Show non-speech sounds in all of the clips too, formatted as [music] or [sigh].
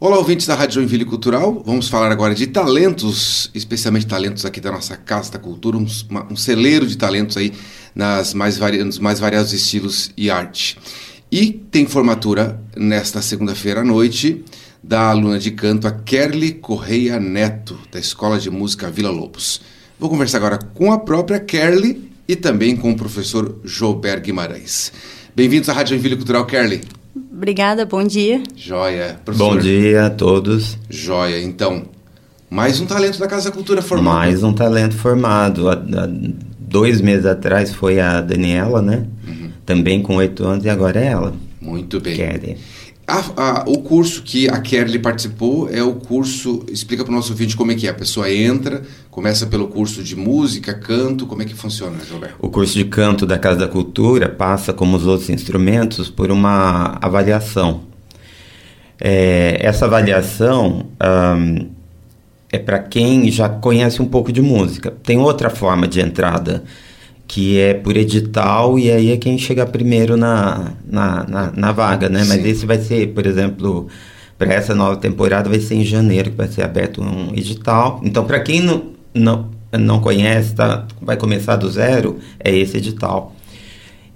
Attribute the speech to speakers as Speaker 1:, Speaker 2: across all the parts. Speaker 1: Olá, ouvintes da Rádio Joinville Cultural. Vamos falar agora de talentos, especialmente talentos aqui da nossa Casa da Cultura, um, uma, um celeiro de talentos aí nas mais vari... nos mais variados estilos e arte. E tem formatura nesta segunda-feira à noite da aluna de canto a Kerly Correia Neto, da Escola de Música Vila Lobos. Vou conversar agora com a própria Kerly e também com o professor Jober Guimarães. Bem-vindos à Rádio Joinville Cultural, Kerly.
Speaker 2: Obrigada, bom dia.
Speaker 1: Joia.
Speaker 3: Professor. Bom dia a todos.
Speaker 1: Joia. Então, mais um talento da Casa da Cultura formado.
Speaker 3: Mais um talento formado. Há, há dois meses atrás foi a Daniela, né? Uhum. Também com oito anos e agora é ela.
Speaker 1: Muito bem.
Speaker 3: Kelly.
Speaker 1: A, a, o curso que a Kerly participou é o curso. Explica para o nosso ouvinte como é que é. A pessoa entra, começa pelo curso de música, canto, como é que funciona, Gilberto?
Speaker 3: O curso de canto da Casa da Cultura passa, como os outros instrumentos, por uma avaliação. É, essa avaliação um, é para quem já conhece um pouco de música. Tem outra forma de entrada que é por edital e aí é quem chega primeiro na, na, na, na vaga, né? Sim. Mas esse vai ser, por exemplo, para essa nova temporada vai ser em janeiro que vai ser aberto um edital. Então, para quem não, não, não conhece, tá, vai começar do zero, é esse edital.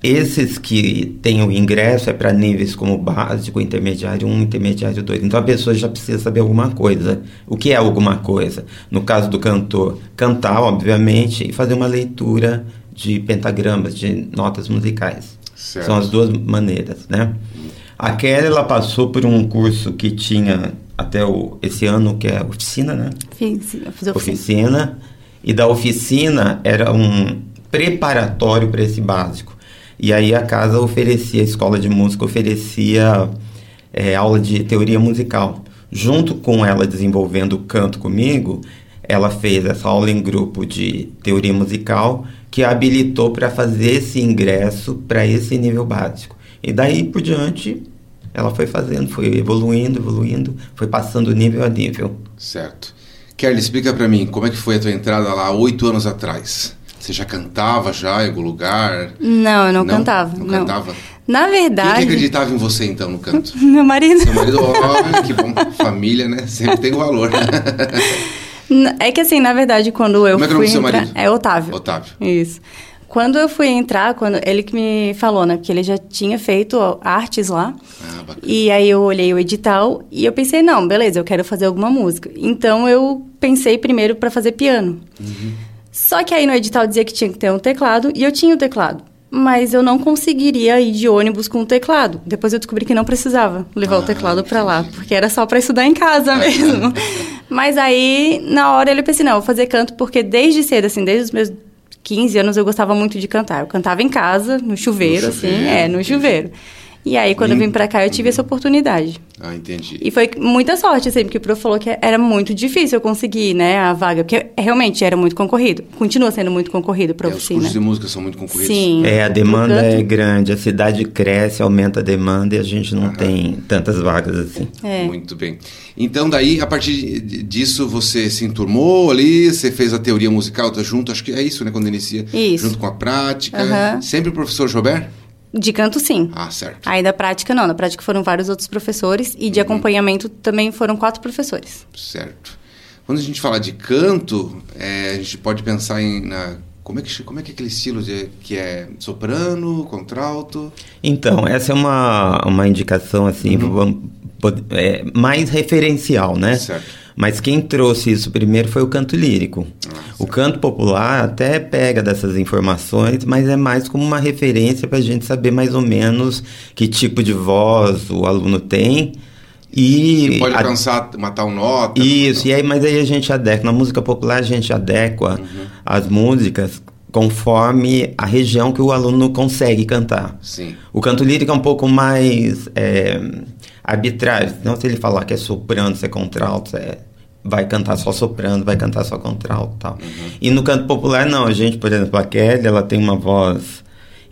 Speaker 3: Esses que têm o ingresso é para níveis como básico, intermediário 1, intermediário 2. Então a pessoa já precisa saber alguma coisa. O que é alguma coisa? No caso do cantor, cantar, obviamente, e fazer uma leitura de pentagramas, de notas musicais. Certo. São as duas maneiras, né? A Kelly, ela passou por um curso que tinha até o, esse ano, que é oficina, né?
Speaker 2: Fiz, eu fiz
Speaker 3: oficina. oficina. E da oficina era um preparatório para esse básico. E aí a casa oferecia, a escola de música oferecia é, aula de teoria musical. Junto com ela desenvolvendo o canto comigo, ela fez essa aula em grupo de teoria musical que habilitou para fazer esse ingresso para esse nível básico. E daí por diante, ela foi fazendo, foi evoluindo, evoluindo, foi passando nível a nível.
Speaker 1: Certo. Kelly, explica para mim, como é que foi a tua entrada lá oito anos atrás? Você já cantava já em algum lugar?
Speaker 2: Não, eu não, não cantava.
Speaker 1: Não, não, cantava?
Speaker 2: Na verdade...
Speaker 1: Quem é acreditava em você, então, no canto?
Speaker 2: [laughs] Meu marido.
Speaker 1: Seu marido, oh, que bom. Família, né? Sempre tem valor.
Speaker 2: [laughs] É que assim, na verdade, quando eu
Speaker 1: Como é que
Speaker 2: fui.
Speaker 1: Seu entrar...
Speaker 2: É Otávio.
Speaker 1: Otávio.
Speaker 2: Isso. Quando eu fui entrar, quando ele que me falou, né? Porque ele já tinha feito artes lá.
Speaker 1: Ah, bacana.
Speaker 2: E aí eu olhei o edital e eu pensei, não, beleza, eu quero fazer alguma música. Então eu pensei primeiro para fazer piano. Uhum. Só que aí no edital dizia que tinha que ter um teclado e eu tinha o teclado. Mas eu não conseguiria ir de ônibus com o teclado. Depois eu descobri que não precisava levar ah, o teclado para lá, porque era só para estudar em [laughs] casa mesmo. Mas aí, na hora, ele pensei, não, vou fazer canto, porque desde cedo, assim, desde os meus 15 anos, eu gostava muito de cantar. Eu cantava em casa, no chuveiro, no chuveiro assim, é, no chuveiro. E aí, quando eu vim pra cá, eu tive essa oportunidade.
Speaker 1: Ah, entendi.
Speaker 2: E foi muita sorte, assim, porque o prof falou que era muito difícil eu conseguir, né, a vaga. Porque realmente era muito concorrido. Continua sendo muito concorrido pra é, oficina.
Speaker 1: os cursos de música são muito concorridos.
Speaker 2: Sim.
Speaker 3: É, a demanda é grande. A cidade cresce, aumenta a demanda e a gente não Aham. tem tantas vagas assim.
Speaker 2: É.
Speaker 1: Muito bem. Então, daí, a partir disso, você se enturmou ali, você fez a teoria musical tá junto. Acho que é isso, né, quando inicia.
Speaker 2: Isso.
Speaker 1: Junto com a prática. Aham. Sempre o professor Jober?
Speaker 3: é-
Speaker 2: De canto, sim.
Speaker 1: Ah, certo.
Speaker 2: Aí da prática, não. Na prática foram vários outros professores e de uhum. acompanhamento também foram quatro professores.
Speaker 1: Certo. Quando a gente fala de canto, é, a gente pode pensar em na, como é que como é que é aquele estilo de, que é soprano, contralto.
Speaker 3: Então essa é uma uma indicação assim uhum. é, mais referencial, né?
Speaker 1: Certo.
Speaker 3: Mas quem trouxe isso primeiro foi o canto lírico. Ah, o canto popular até pega dessas informações, mas é mais como uma referência para a gente saber mais ou menos que tipo de voz o aluno tem. E
Speaker 1: Você pode um alcançar a... uma tal nota.
Speaker 3: Isso, e aí, mas aí a gente adequa. Na música popular a gente adequa uhum. as músicas conforme a região que o aluno consegue cantar.
Speaker 1: Sim.
Speaker 3: O canto lírico é um pouco mais é, arbitrário. Não se ele falar que é soprano, se é contralto, se é, vai cantar só soprano, vai cantar só contralto, tal. Uhum. E no canto popular não. A gente, por exemplo, a Kelly, ela tem uma voz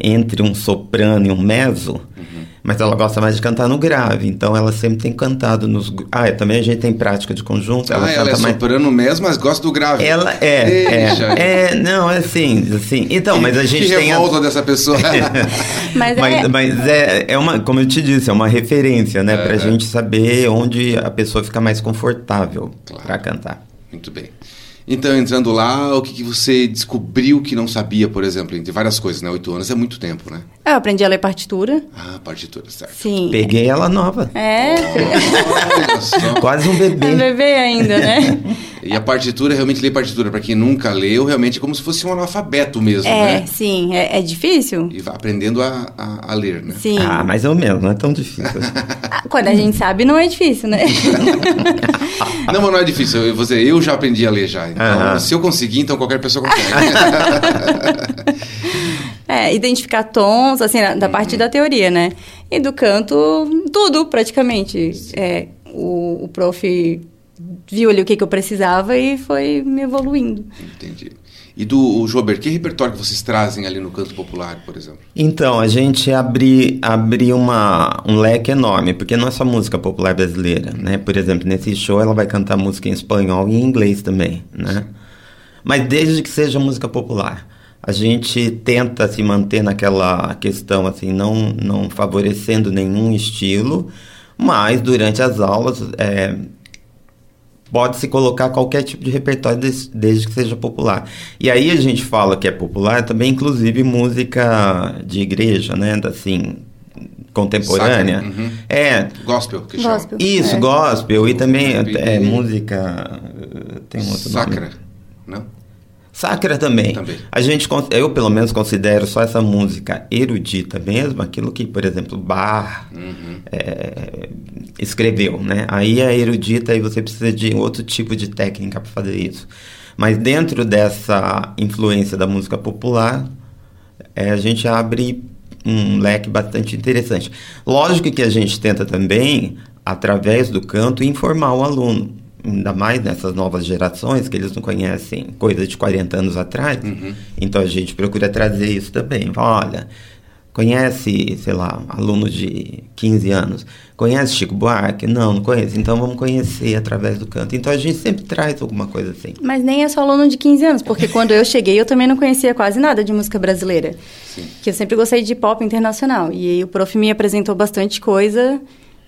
Speaker 3: entre um soprano e um mezzo, uhum. mas ela gosta mais de cantar no grave, então ela sempre tem cantado nos. Ah, também a gente tem prática de conjunto.
Speaker 1: Ela ah, ela é mais... soprano mesmo, mas gosta do grave.
Speaker 3: Ela é, é, é, não, é assim, assim. Então, mas a gente
Speaker 1: que
Speaker 3: tem.
Speaker 1: revolta a... dessa
Speaker 3: [laughs]
Speaker 1: pessoa.
Speaker 3: mas, mas, é... mas é, é uma, como eu te disse, é uma referência, né, é, pra é. gente saber onde a pessoa fica mais confortável claro. para cantar.
Speaker 1: Muito bem. Então, entrando lá, o que, que, você descobriu que não sabia, por exemplo, entre várias coisas, né? Oito anos é muito tempo, né?
Speaker 2: Eu aprendi a ler partitura.
Speaker 1: Ah, partitura, certo.
Speaker 2: Sim.
Speaker 3: Peguei ela nova.
Speaker 2: É.
Speaker 3: Oh, Quase um [laughs] bebê.
Speaker 2: [laughs] É um bebê ainda, [laughs] né?
Speaker 1: e a partitura, realmente ler partitura, para quem nunca leu, realmente é como se fosse um analfabeto mesmo,
Speaker 2: é,
Speaker 1: né?
Speaker 2: Sim, é, é difícil.
Speaker 1: E vai aprendendo a, a, a, ler, né?
Speaker 2: Sim.
Speaker 3: Ah, mais ou menos, não é tão difícil.
Speaker 2: Ah, Quando a gente sabe, não é difícil, [laughs] né?
Speaker 1: não, mas não é difícil. Eu, você, eu já aprendi a ler já. Então, uhum. se eu conseguir, então qualquer pessoa
Speaker 3: [laughs]
Speaker 1: consegue.
Speaker 2: é, identificar tons, assim, da uhum. parte da teoria, né? E do canto, tudo, praticamente. É, o, o prof viu ali o que, que eu precisava e foi me evoluindo.
Speaker 1: Entendi. E do Jober, que repertório que vocês trazem ali no canto popular, por exemplo?
Speaker 3: Então, a gente abre, abre uma, um leque enorme, porque não é só música popular brasileira, né? Por exemplo, nesse show ela vai cantar música em espanhol e em inglês também, né? Mas desde que seja música popular. A gente tenta se manter naquela questão, assim, não, não favorecendo nenhum estilo, mas durante as aulas... É, pode-se colocar qualquer tipo de repertório desde que seja popular. E aí a gente fala que é popular também, inclusive, música de igreja, né? Assim, contemporânea.
Speaker 1: Uhum.
Speaker 3: É.
Speaker 1: Gospel, que
Speaker 2: gospel.
Speaker 1: chama.
Speaker 3: Isso, é. gospel. E também é, música... Tem um outro
Speaker 1: Sacra,
Speaker 3: nome.
Speaker 1: não?
Speaker 3: Sacra também. também. A gente, eu pelo menos considero só essa música erudita mesmo, aquilo que, por exemplo, Bach uhum. é, escreveu, né? Aí é erudita e você precisa de outro tipo de técnica para fazer isso. Mas dentro dessa influência da música popular, é, a gente abre um leque bastante interessante. Lógico que a gente tenta também, através do canto, informar o aluno ainda mais nessas novas gerações que eles não conhecem coisa de 40 anos atrás. Uhum. Então a gente procura trazer isso também. Olha, conhece, sei lá, aluno de 15 anos, conhece Chico Buarque? Não, não conhece. Então vamos conhecer através do canto. Então a gente sempre traz alguma coisa assim.
Speaker 2: Mas nem é só aluno de 15 anos, porque quando eu cheguei eu também não conhecia quase nada de música brasileira. Sim. Que eu sempre gostei de pop internacional. E aí o prof me apresentou bastante coisa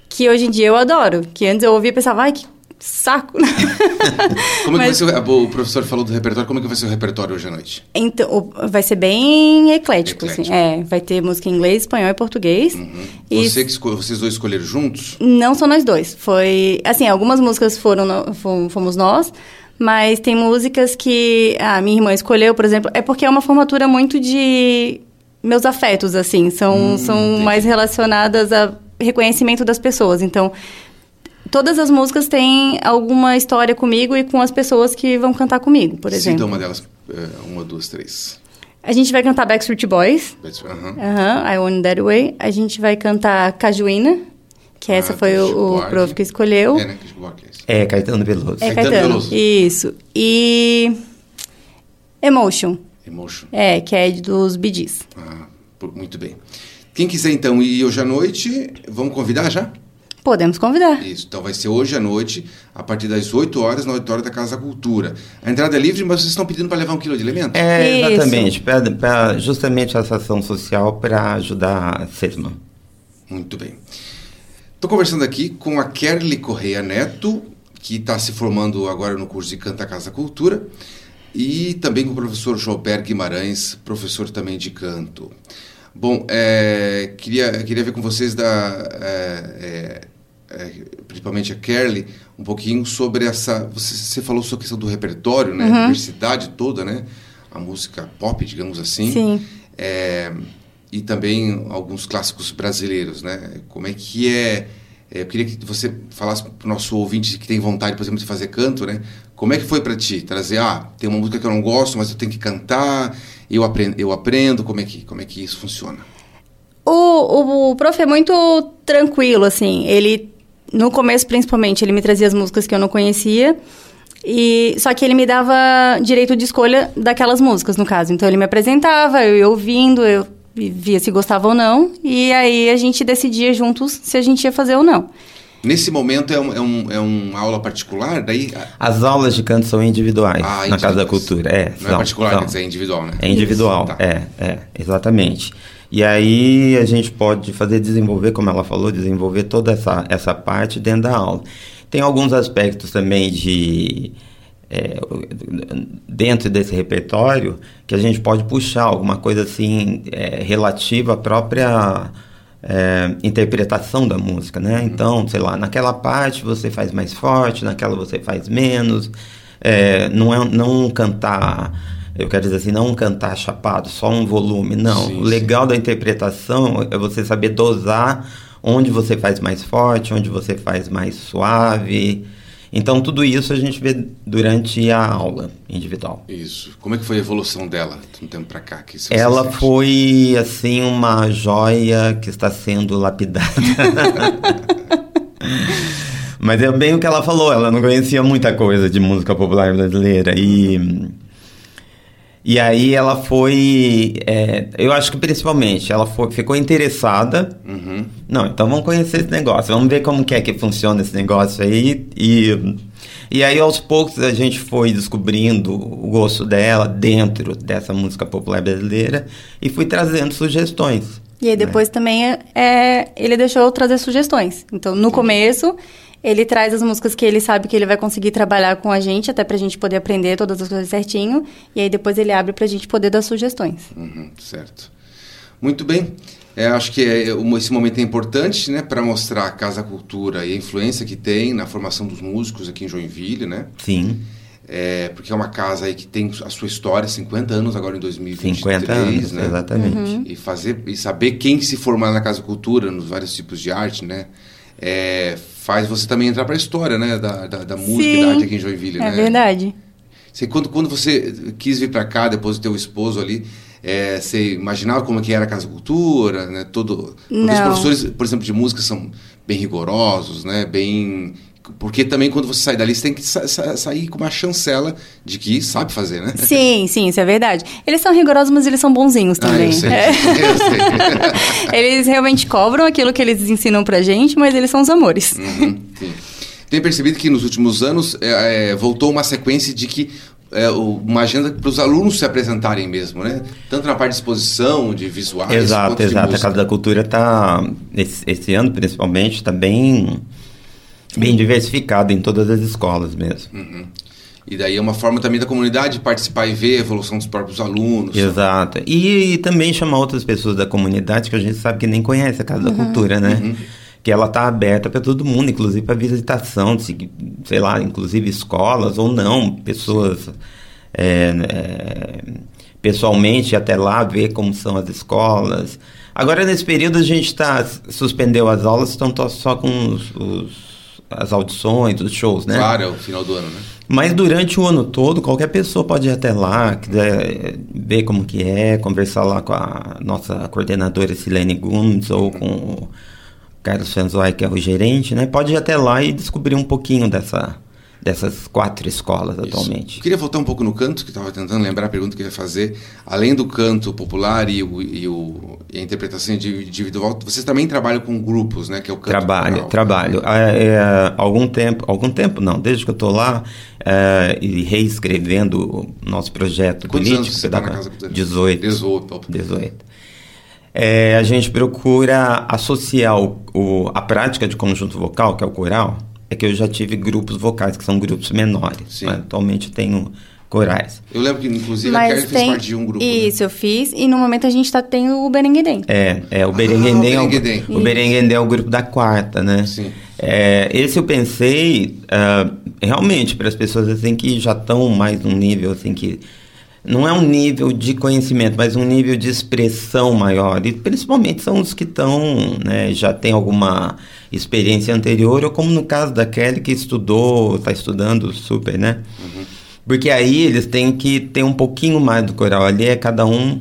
Speaker 2: que hoje em dia eu adoro, que antes eu ouvia e pensava, ai, que [laughs] saco.
Speaker 1: como é que Mas... vai ser, o professor falou do repertório, como é que vai ser o repertório hoje à noite?
Speaker 2: Então, vai ser bem eclético, eclético. assim. É, vai ter música em inglês, espanhol e português. Uhum.
Speaker 1: E Você que vocês dois escolheram juntos?
Speaker 2: Não só nós dois. Foi, assim, algumas músicas foram fomos nós, mas tem músicas que a minha irmã escolheu, por exemplo, é porque é uma formatura muito de meus afetos, assim, são, hum, são entendi. mais relacionadas a reconhecimento das pessoas. Então, todas as músicas têm alguma história comigo e com as pessoas que vão cantar comigo, por exemplo.
Speaker 1: Cita uma delas, eh, uma, duas, três.
Speaker 2: A gente vai cantar Backstreet Boys.
Speaker 1: Backstreet, uh -huh.
Speaker 2: uh -huh, I Want That Way. A gente vai cantar Cajuína, que ah, essa foi o, o prof que escolheu.
Speaker 1: É, né?
Speaker 3: é Caetano Veloso.
Speaker 2: É Caetano, Caetano Veloso. Isso. E Emotion.
Speaker 1: Emotion.
Speaker 2: É, que é dos Bee Gees.
Speaker 1: Ah, muito bem. Quem quiser, então, ir hoje à noite, vamos convidar já?
Speaker 2: Podemos convidar.
Speaker 1: Isso, então vai ser hoje à noite, a partir das 8 horas, na auditória da Casa da Cultura. A entrada é livre, mas vocês estão pedindo para levar um quilo de alimento?
Speaker 3: É, Isso. exatamente, pra, pra justamente essa ação social para ajudar a CESMA.
Speaker 1: Muito bem. Estou conversando aqui com a Kerly Correia Neto, que está se formando agora no curso de Canta Casa da Cultura, e também com o professor Jober Guimarães, professor também de canto. Bom, é, queria, queria ver com vocês da, é, é, principalmente a Kerly, um pouquinho sobre essa. Você, você falou sobre a questão do repertório, né? Uhum. A diversidade toda, né? A música pop, digamos assim.
Speaker 2: Sim.
Speaker 1: É, e também alguns clássicos brasileiros, né? Como é que é. Eu queria que você falasse para o nosso ouvinte que tem vontade, por exemplo, de fazer canto, né? Como é que foi para ti trazer? Ah, tem uma música que eu não gosto, mas eu tenho que cantar eu aprendo, eu aprendo como é que, como é que isso funciona?
Speaker 2: O, o, o, prof é muito tranquilo, assim, ele, no começo principalmente, ele me trazia as músicas que eu não conhecia, e só que ele me dava direito de escolha daquelas músicas, no caso, então ele me apresentava, eu ia ouvindo, eu e via se gostava ou não, e aí a gente decidia juntos se a gente ia fazer ou não.
Speaker 1: Nesse momento é, um, é, um, é uma aula particular, daí.
Speaker 3: As aulas de canto são individuais
Speaker 1: Ah,
Speaker 3: É, na Casa da
Speaker 1: individuais.
Speaker 3: Cultura. É,
Speaker 1: Não
Speaker 3: são,
Speaker 1: é particular,
Speaker 3: são.
Speaker 1: quer dizer, é individual, né?
Speaker 3: É individual,
Speaker 1: Tá.
Speaker 3: é, é, exatamente. E aí a gente pode fazer desenvolver, como ela falou, desenvolver toda essa, essa parte dentro da aula. Tem alguns aspectos também de é, dentro desse repertório que a gente pode puxar alguma coisa assim é, relativa à própria é, interpretação da música, né? Então, sei lá, naquela parte você faz mais forte, naquela você faz menos. É, não é não cantar, eu quero dizer assim, não cantar chapado, só um volume, não.
Speaker 1: Sim,
Speaker 3: o legal da interpretação é você saber dosar onde você faz mais forte, onde você faz mais suave. Então, tudo isso a gente vê durante a aula individual.
Speaker 1: Isso. Como é que foi a evolução dela de um tempo pra cá? Que se você
Speaker 3: Ela
Speaker 1: sente?
Speaker 3: foi, assim, uma joia que está sendo lapidada. [laughs] Mas é bem o que ela falou, ela não conhecia muita coisa de música popular brasileira. E, e aí ela foi. é, eu acho que principalmente, ela foi, ficou interessada.
Speaker 1: Uhum.
Speaker 3: Não, então vamos conhecer esse negócio, vamos ver como que é que funciona esse negócio aí. E, e aí aos poucos a gente foi descobrindo o gosto dela dentro dessa música popular brasileira e fui trazendo sugestões.
Speaker 2: E
Speaker 1: Né.
Speaker 2: aí depois também é- é, ele deixou eu trazer sugestões. Então, no começo, ele traz as músicas que ele sabe que ele vai conseguir trabalhar com a gente, até pra gente poder aprender todas as coisas certinho. E aí depois ele abre pra gente poder dar sugestões.
Speaker 1: Uhum, certo. Muito bem. É, acho que é, um- esse momento é importante, né, para mostrar a Casa Cultura e a influência que tem na formação dos músicos aqui em Joinville, né?
Speaker 3: Sim.
Speaker 1: É, porque é uma casa aí que tem a sua história, 50 anos agora em 2023,
Speaker 3: 50 anos,
Speaker 1: né?
Speaker 3: exatamente.
Speaker 1: E fazer e saber quem se formar na Casa Cultura, nos vários tipos de arte, né? É, faz você também entrar para a história, né, da, da, da música e
Speaker 2: Sim.
Speaker 1: da arte aqui em Joinville, né?
Speaker 2: É verdade.
Speaker 1: Você, quando, quando você quis vir para cá, depois do teu esposo ali, é, você imaginava como é que era a Casa Cultura, né? Todo, porque os
Speaker 2: Não.
Speaker 1: professores, por exemplo, de música são bem rigorosos, né? Bem... Porque também quando você sai dali, você tem que sa- sa- sair com uma chancela de que sabe fazer, né?
Speaker 2: Sim, sim, isso é verdade. Eles são rigorosos, mas eles são bonzinhos
Speaker 1: Ah,
Speaker 2: também.
Speaker 1: eu sei, [laughs]
Speaker 2: É.
Speaker 1: eu sei.
Speaker 2: [laughs] Eles realmente cobram aquilo que eles ensinam pra gente, mas eles são os amores.
Speaker 1: Uhum, sim. Tem percebido que nos últimos anos é, é, voltou uma sequência de que é, o- uma agenda para os alunos se apresentarem mesmo, né? Tanto na parte de exposição, de visuais, quanto
Speaker 3: exato,
Speaker 1: Ah, de
Speaker 3: exato. A
Speaker 1: música.
Speaker 3: Casa da Cultura está, esse, esse ano principalmente, está bem, bem diversificada em todas as escolas mesmo.
Speaker 1: E daí é uma forma também da comunidade participar e ver a evolução dos próprios alunos.
Speaker 3: Exato. E, também chamar outras pessoas da comunidade que a gente sabe que nem conhece a Casa da Cultura, né? Que ela está aberta para todo mundo, inclusive para visitação, se- sei lá, inclusive escolas ou não, pessoas é, é, pessoalmente até lá, ver como são as escolas. Agora, nesse período, a gente tá, suspendeu as aulas, estão tó- só com os- os- as audições, os shows, né?
Speaker 1: Claro, é o final do ano, né?
Speaker 3: Mas durante o ano todo, qualquer pessoa pode ir até lá, quiser ver como que é, conversar lá com a nossa coordenadora Silene Gomes ou com o Carlos Fanzoy, que é o gerente, né? Pode ir até lá e descobrir um pouquinho dessa, dessas quatro escolas
Speaker 1: Isso.
Speaker 3: atualmente.
Speaker 1: Eu queria voltar um pouco no canto, que estava tentando lembrar a pergunta que eu ia fazer. Além do canto popular e, o, e, o- e a interpretação indivi- individual, vocês também trabalham com grupos, né? Que é o canto
Speaker 3: Trabalho,
Speaker 1: coral.
Speaker 3: trabalho. Ah, é, algum tempo, algum tempo não, desde que eu tô lá é, e reescrevendo o nosso projeto
Speaker 1: Quantos
Speaker 3: político.
Speaker 1: anos você
Speaker 3: que
Speaker 1: está
Speaker 3: dá
Speaker 1: na
Speaker 3: pra-
Speaker 1: Casa Cultura?
Speaker 3: 18.
Speaker 1: 18. opa.
Speaker 3: 18. É, a gente procura associar o, o- a prática de conjunto vocal, que é o coral, é que eu já tive grupos vocais, que são grupos menores.
Speaker 1: Sim.
Speaker 3: né? Atualmente eu tenho corais.
Speaker 1: Eu lembro que, inclusive, a Karen fez parte de um grupo. né?
Speaker 2: Isso, eu fiz. E no momento a gente tá tendo o Berenguedem.
Speaker 3: É, é o
Speaker 1: Ah,
Speaker 3: Berenguendem.
Speaker 1: o
Speaker 3: é
Speaker 1: Berenguendem.
Speaker 3: o, o Berenguendem é o grupo da quarta, né?
Speaker 1: Sim.
Speaker 3: É, esse eu pensei ah, realmente para as pessoas assim que já estão mais num nível assim que não é um nível de conhecimento, mas um nível de expressão maior. E principalmente são os que estão, né, já tem alguma experiência anterior, ou como no caso da Kelly que estudou, está estudando super, né?
Speaker 1: Uhum.
Speaker 3: Porque aí eles têm que ter um pouquinho mais do coral ali, é cada um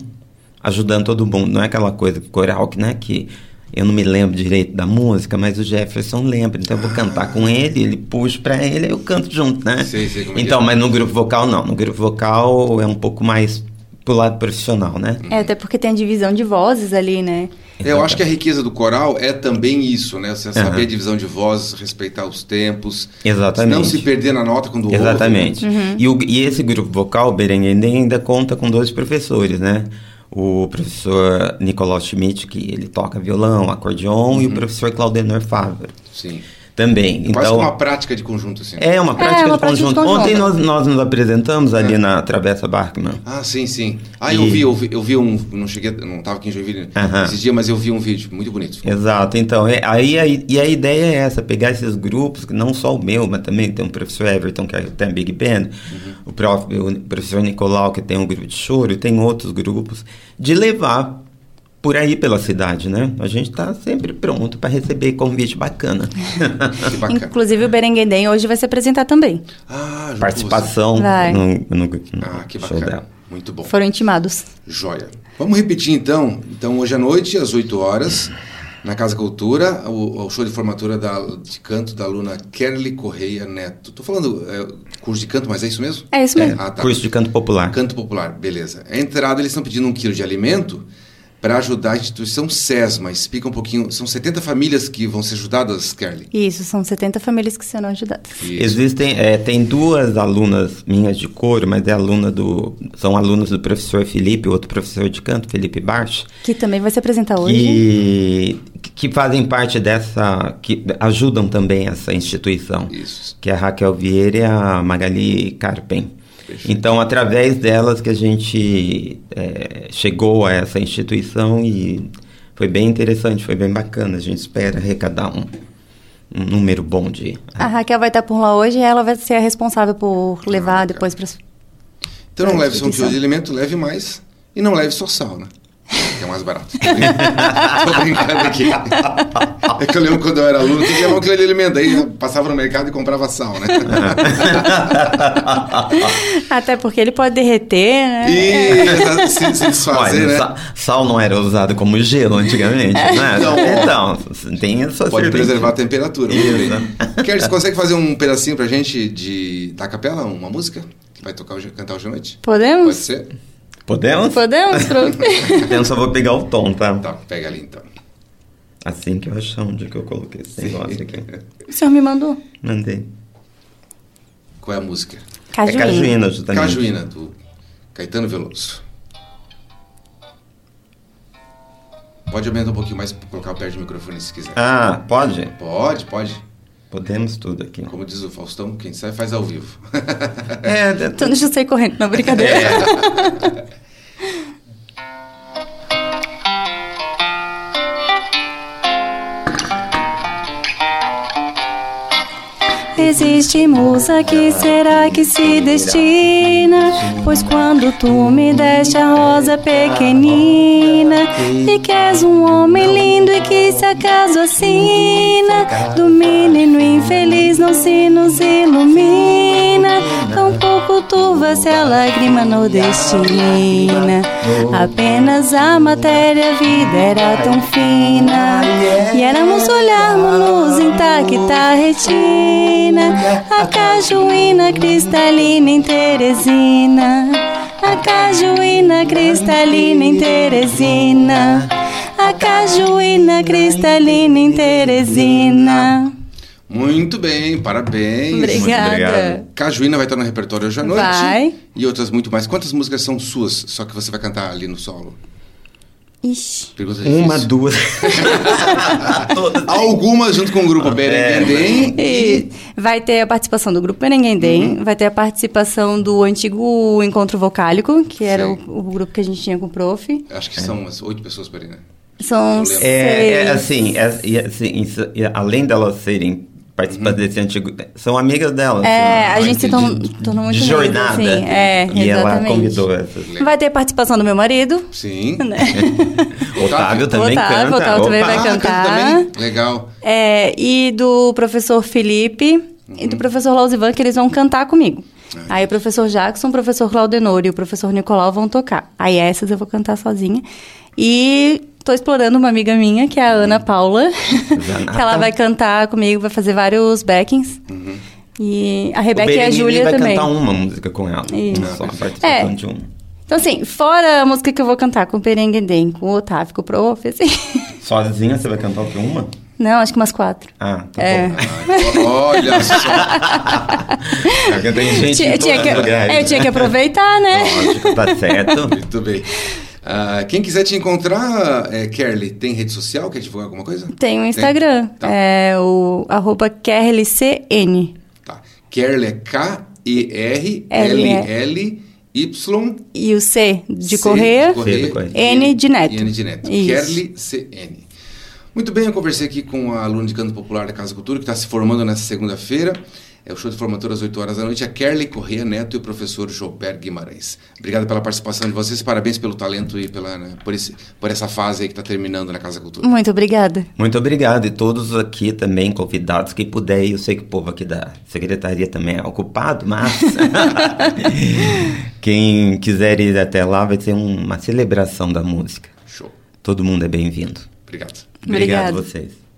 Speaker 3: ajudando todo mundo. Não é aquela coisa que coral que, né, que eu não me lembro direito da música, mas o Jefferson lembra. Então eu vou cantar com ele, ele puxa pra ele, aí eu canto junto, né?
Speaker 1: Sei, sei como é que
Speaker 3: então,
Speaker 1: é.
Speaker 3: mas no grupo vocal não. No grupo vocal é um pouco mais pro lado profissional, né?
Speaker 2: É, até porque tem a divisão de vozes ali, né?
Speaker 1: É, eu acho que a riqueza do coral é também isso, né? Você saber
Speaker 3: Aham.
Speaker 1: a divisão de vozes, respeitar os tempos,
Speaker 3: Exatamente.
Speaker 1: não se perder na nota quando ouve.
Speaker 3: Exatamente.
Speaker 1: né?
Speaker 3: E, o- e esse grupo vocal, Berengende, ainda conta com dois professores, né? O professor Nicolau Schmidt, que ele toca violão, acordeon,
Speaker 1: Uhum.
Speaker 3: e o professor Claudenor Fávero
Speaker 1: Sim.
Speaker 3: também.
Speaker 1: Quase
Speaker 3: então,
Speaker 1: que uma prática de conjunto, assim.
Speaker 3: É uma prática,
Speaker 2: É, uma
Speaker 3: de,
Speaker 2: prática de
Speaker 3: conjunto.
Speaker 2: conjunto.
Speaker 3: Ontem nós, nós nos apresentamos
Speaker 1: É.
Speaker 3: ali na Travessa Bachmann.
Speaker 1: Ah, sim, sim. Ah,
Speaker 3: E-
Speaker 1: eu vi, eu vi, eu vi um. Não cheguei, não tava aqui em Joinville
Speaker 3: Aham.
Speaker 1: esses dias, mas eu vi um vídeo muito bonito.
Speaker 3: [laughs]
Speaker 1: Ficou
Speaker 3: Exato, então, é, aí, a- e a ideia é essa, pegar esses grupos, que não só o meu, mas também tem o professor Everton, que é- tem a Big Band,
Speaker 1: Uhum.
Speaker 3: o, prof- o professor Nicolau, que tem um grupo de choro, e tem outros grupos, de levar por aí pela cidade, né? A gente está sempre pronto para receber
Speaker 1: [laughs]
Speaker 3: convite bacana.
Speaker 1: que bacana.
Speaker 2: Inclusive o Berenguendem hoje vai se apresentar também.
Speaker 1: Ah, junto com
Speaker 3: Participação
Speaker 2: Vai.
Speaker 3: no, no, no
Speaker 1: você. Ah, que
Speaker 3: show
Speaker 1: bacana.
Speaker 3: dela.
Speaker 1: Muito bom.
Speaker 2: Foram intimados.
Speaker 1: Joia. Vamos repetir então. Então, hoje à noite, às 8 horas, na Casa Cultura, o, o show de formatura da- de canto da aluna Kerly Correia Neto. Tô falando é, curso de canto, mas é isso mesmo?
Speaker 2: É isso mesmo.
Speaker 1: Ah, tá.
Speaker 3: Curso de canto popular.
Speaker 1: Canto Popular, beleza. A entrada, eles estão pedindo um quilo de alimento para ajudar a instituição SESMA. Explica um pouquinho. São 70 famílias que vão ser ajudadas, Kerly.
Speaker 2: Isso, são 70 famílias que serão ajudadas.
Speaker 1: Isso.
Speaker 3: Existem, é, tem duas alunas minhas de coro, mas é aluna do, são alunos do professor Felipe, outro professor de canto, Felipe Barch,
Speaker 2: Que também vai se apresentar hoje.
Speaker 3: que, que fazem parte dessa, que ajudam também essa instituição,
Speaker 1: Isso.
Speaker 3: que é a Raquel Vieira e a Magali Carpen. Então, através delas que a gente é, chegou a essa instituição e foi bem interessante, foi bem bacana. A gente espera arrecadar um, um número bom de
Speaker 2: A Raquel vai estar por lá hoje e ela vai ser a responsável por levar depois para
Speaker 1: Então não
Speaker 2: Ah,
Speaker 1: leve só um quilo
Speaker 2: instituição.
Speaker 1: de alimento, leve mais. E não leve só sal, né? Que é mais barato. Tô
Speaker 3: [laughs]
Speaker 1: brincando. Tô brincando aqui. É que eu lembro quando eu era aluno, tinha que levar um quilo de alimento. Aí eu passava no mercado e comprava sal, né?
Speaker 2: [laughs] Até porque ele pode derreter, né?
Speaker 1: E [laughs] se, se desfazer,
Speaker 3: É. Olha,
Speaker 1: né?
Speaker 3: sa- sal não era usado como gelo antigamente, né?
Speaker 1: Não.
Speaker 3: Então, s- tem essa
Speaker 1: Pode
Speaker 3: serventia.
Speaker 1: preservar a temperatura. muito
Speaker 3: Isso. né?
Speaker 1: bem. Quer, você consegue fazer um pedacinho pra gente de, da capela, uma música? Que vai tocar hoje, cantar hoje à noite? Pode
Speaker 2: Podemos?
Speaker 1: ser?
Speaker 3: Podemos? Então,
Speaker 2: Podemos,
Speaker 3: [laughs]
Speaker 2: Pro?
Speaker 3: Eu só vou pegar o tom, tá?
Speaker 1: Tá, pega ali então.
Speaker 3: Assim que eu achar onde que eu coloquei esse negócio aqui.
Speaker 1: [laughs]
Speaker 2: O senhor me mandou?
Speaker 3: Mandei.
Speaker 1: Qual é a música?
Speaker 3: É
Speaker 2: Cajuína.
Speaker 3: cajuína, justamente.
Speaker 1: Cajuína, do Caetano Veloso. Pode aumentar um pouquinho mais, colocar perto do microfone se quiser.
Speaker 3: Ah, pode?
Speaker 1: Pode, pode.
Speaker 3: Podemos tudo aqui.
Speaker 1: Como diz o Faustão, quem sai faz ao vivo. [laughs]
Speaker 3: É,
Speaker 2: Então deixa eu sair correndo, não, brincadeira. Existimos aqui, será que se destina? Pois quando tu me deste a rosa pequenina E que és um homem lindo e que se acaso assina Do menino infeliz não se nos ilumina Tampouco turva-se a lágrima nordestina Apenas a matéria vida era tão fina E éramos olharmos-nos intacta a retina A cajuína cristalina em Teresina A cajuína cristalina em Teresina A cajuína cristalina em Teresina
Speaker 1: Muito bem, parabéns.
Speaker 2: Obrigada.
Speaker 3: obrigado.
Speaker 1: Cajuína vai estar no repertório hoje à noite.
Speaker 2: Vai.
Speaker 1: E outras muito mais. Quantas músicas são suas, só que você vai cantar ali no solo?
Speaker 2: Ixi.
Speaker 1: Pergunta
Speaker 3: Uma,
Speaker 1: difícil. [laughs]
Speaker 3: duas. Todas.
Speaker 1: Algumas junto com o grupo Berendendem.
Speaker 2: E vai ter a participação do grupo Merenguendem,
Speaker 3: Uhum.
Speaker 2: vai ter a participação do antigo Encontro Vocálico, que era o,
Speaker 1: Sim.
Speaker 2: o grupo que a gente tinha com o prof.
Speaker 1: Acho que são umas oito pessoas por aí, né?
Speaker 2: São
Speaker 1: Eu lembro.
Speaker 3: É,
Speaker 2: seis.
Speaker 3: é, assim, é, e assim, isso- e além delas serem participantes
Speaker 1: Uhum.
Speaker 3: desse antigo. São amigas delas.
Speaker 2: É,
Speaker 3: né?
Speaker 2: a gente se
Speaker 1: entendi.
Speaker 2: tornou, tornou muito
Speaker 3: de
Speaker 2: amigas,
Speaker 3: jornada.
Speaker 2: assim, é,
Speaker 3: e ela
Speaker 2: exatamente.
Speaker 3: convidou essas.
Speaker 2: Vai ter participação do meu marido,
Speaker 1: Sim.
Speaker 2: [laughs] né?
Speaker 3: Otávio também
Speaker 2: Otávio,
Speaker 3: canta.
Speaker 2: Otávio também vai
Speaker 1: Ah, canta
Speaker 2: cantar.
Speaker 1: também? Legal.
Speaker 2: É, e do professor Felipe e
Speaker 3: Uhum.
Speaker 2: do professor Lausivan, que eles vão cantar comigo.
Speaker 3: É.
Speaker 2: Aí o professor Jackson, o professor Claudenor e o professor Nicolau vão tocar. Aí essas eu vou cantar sozinha. E tô explorando uma amiga minha, que é a Ana Paula,
Speaker 3: [laughs] Zanata.
Speaker 2: que ela vai cantar comigo, vai fazer vários backings. E a
Speaker 3: O
Speaker 2: Rebeca e a
Speaker 3: Berenini
Speaker 2: Júlia
Speaker 3: Uhum. vai um-
Speaker 2: também.
Speaker 3: cantar uma música com ela.
Speaker 2: Isso.
Speaker 3: Só a
Speaker 1: Ah,
Speaker 3: participação
Speaker 2: é.
Speaker 3: de uma.
Speaker 2: Então, assim, fora a música que eu vou cantar com o Perenguendem, com o Otávio, com o Prof, assim. [laughs]
Speaker 3: Sozinha você vai cantar o quê? Uma?
Speaker 2: Não, acho que umas quatro.
Speaker 3: Ah, tá
Speaker 2: É.
Speaker 3: bom.
Speaker 1: Ai, olha só.
Speaker 3: Já cantei gente
Speaker 2: Tinha-
Speaker 3: em
Speaker 2: tinha
Speaker 3: todos
Speaker 2: que-
Speaker 3: os lugares.
Speaker 2: é, eu tinha que aproveitar, né?
Speaker 3: [laughs] Lógico, tá certo.
Speaker 1: Muito bem. Ah, quem quiser te encontrar, é, Kerly, tem rede social? Quer divulgar alguma coisa?
Speaker 2: Tem o Instagram,
Speaker 1: Tá.
Speaker 2: é o arroba QRLCN.
Speaker 1: Tá. Kerly é K-E-R-L-L-Y.
Speaker 2: E o C de
Speaker 1: C
Speaker 2: Correia.
Speaker 3: C de Correia.
Speaker 2: N de Neto.
Speaker 1: N de Neto.
Speaker 2: Isso.
Speaker 1: Kerly CN. Muito bem, eu conversei aqui com a aluna de canto popular da Casa Cultura, que está se formando nessa segunda-feira. É o show de formatura às 8 horas da noite. A Kerly Correia Neto e o professor Joper Guimarães. Obrigado pela participação de vocês. Parabéns pelo talento e pela, né, por, esse, por essa fase aí que está terminando na Casa Cultura.
Speaker 2: Muito obrigada.
Speaker 3: Muito obrigado. E todos aqui também, convidados, quem puder. Eu sei que o povo aqui da secretaria também é ocupado, mas. [laughs] quem quiser ir até lá, vai ter um- uma celebração da música.
Speaker 1: Show.
Speaker 3: Todo mundo é bem-vindo.
Speaker 1: Obrigado.
Speaker 3: Obrigado
Speaker 2: Obrigada.
Speaker 3: a vocês.